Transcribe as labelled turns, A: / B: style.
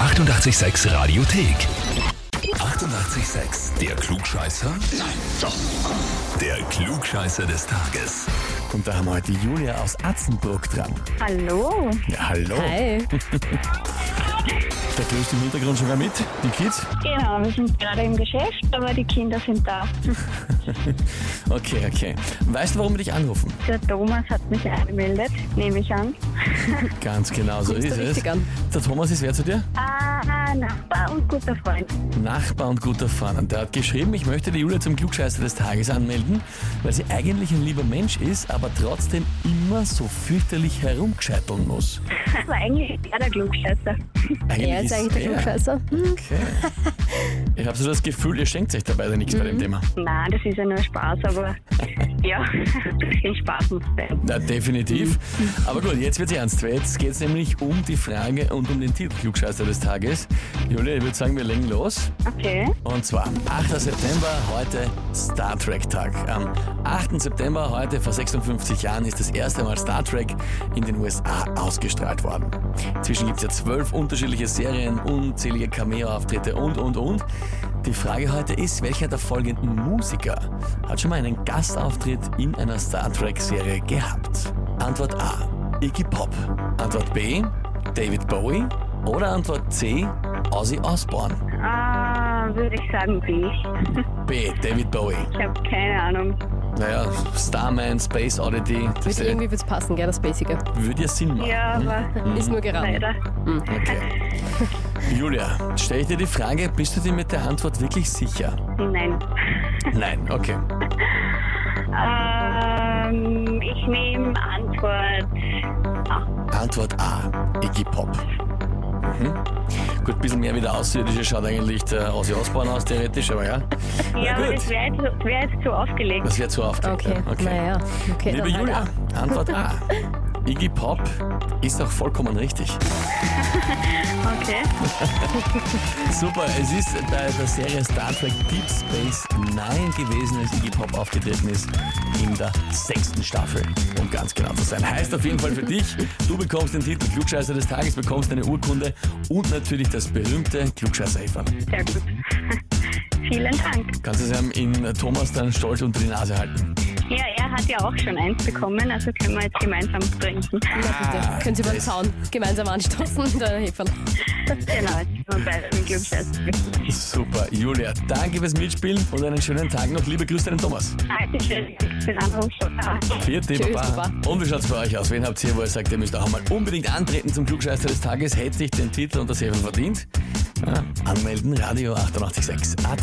A: 886 Radiothek. 88,6. Der Klugscheißer? Nein, doch. Der Klugscheißer des Tages.
B: Und da haben wir heute die Julia aus Atzenbruck dran.
C: Hallo.
B: Ja, hallo.
C: Hi.
B: Da klöst im Hintergrund sogar mit, die Kids.
C: Genau, wir sind gerade im Geschäft, aber die Kinder sind da.
B: Okay, okay. Weißt du, warum wir dich anrufen?
C: Der Thomas hat mich angemeldet, nehme ich an.
B: Ganz genau so
D: Kommst
B: ist
D: du
B: es.
D: richtig an.
B: Der Thomas ist wer zu dir?
C: Ah, Nachbar und guter Freund.
B: Nachbar und guter Freund. Der hat geschrieben, ich möchte die Julia zum Klugscheißer des Tages anmelden, weil sie eigentlich ein lieber Mensch ist, aber trotzdem immer so fürchterlich herumgescheiteln muss.
C: Aber eigentlich ist er der Glückscheißer.
D: Er ist eigentlich der
B: er.
D: Klugscheißer. Hm.
B: Okay. Ich habe so das Gefühl, ihr schenkt euch dabei nichts
D: Mhm.
B: bei dem Thema.
C: Nein, das ist ja nur Spaß, aber ja, ein bisschen Spaß muss sein.
B: Na, definitiv. Aber gut, jetzt wird's ernst. Jetzt geht's nämlich um die Frage und um den Titel Klugscheißer des Tages. Julia, ich würde sagen, wir legen los.
C: Okay.
B: Und zwar 8. September, heute Star Trek Tag. Am 8. September, heute vor 56 Jahren, ist das erste Mal Star Trek in den USA ausgestrahlt worden. Inzwischen gibt's ja zwölf unterschiedliche Serien, unzählige Cameo-Auftritte und, und, und. Die Frage heute ist, welcher der folgenden Musiker hat schon mal einen Gastauftritt in einer Star Trek-Serie gehabt? Antwort A. Iggy Pop. Antwort B. David Bowie. Oder Antwort C. Ozzy Osbourne.
C: Ah, würde ich sagen B.
B: B. David Bowie.
C: Ich habe keine Ahnung.
B: Naja, Starman, Space Oddity, das
D: Wird
B: äh,
D: irgendwie wird's passen, gell, das Basice.
B: würde ja Sinn machen.
C: Ja, aber
D: Ist nur geraten.
C: leider.
B: Okay. Julia, stelle ich dir die Frage, bist du dir mit der Antwort wirklich sicher?
C: Nein.
B: Nein, okay.
C: Ähm, ich nehme Antwort A.
B: Antwort A, Iggy Pop. Mhm. Gut, ein bisschen mehr wie der Außerirdische schaut eigentlich der Ozzy Osbourne aus, theoretisch, aber ja. Na
C: Ja, aber das
B: gut,
C: wäre jetzt, wär jetzt zu aufgelegt.
B: das wäre zu aufregend.
D: Okay,
B: ja.
D: naja. Okay,
B: Liebe
D: dann halt
B: Julia,
D: ab.
B: Antwort A. Iggy Pop ist auch vollkommen richtig.
C: Okay.
B: Super, es ist bei der Serie Star Trek Deep Space Nine gewesen, als Iggy Pop aufgetreten ist in der sechsten Staffel, um ganz genau zu sein. Heißt auf jeden Fall für dich, du bekommst den Titel Klugscheißer des Tages, bekommst eine Urkunde und natürlich das berühmte klugscheißer -Häferl.
C: Sehr gut. Vielen Dank.
B: Kannst du es einem in Thomas dann stolz unter die Nase halten.
C: Ja, er hat ja auch schon eins bekommen, also können wir jetzt gemeinsam trinken.
D: Bitte, können Sie über den Zaun gemeinsam anstoßen, der Heferl.
C: Genau, jetzt sind wir beide im Glückscheiß.
B: Super, Julia, danke fürs Mitspielen und einen schönen Tag noch. Liebe Grüße an den Thomas.
C: Dankeschön für den Anruf.
B: Vierte,
D: Tschüss,
B: Baba. Und wie schaut's bei euch aus? Wen habt ihr, wo ihr sagt, ihr müsst auch einmal unbedingt antreten zum Klugscheißer des Tages? Hätte ich den Titel und das Hefen verdient? Ja, anmelden, Radio 886 AT.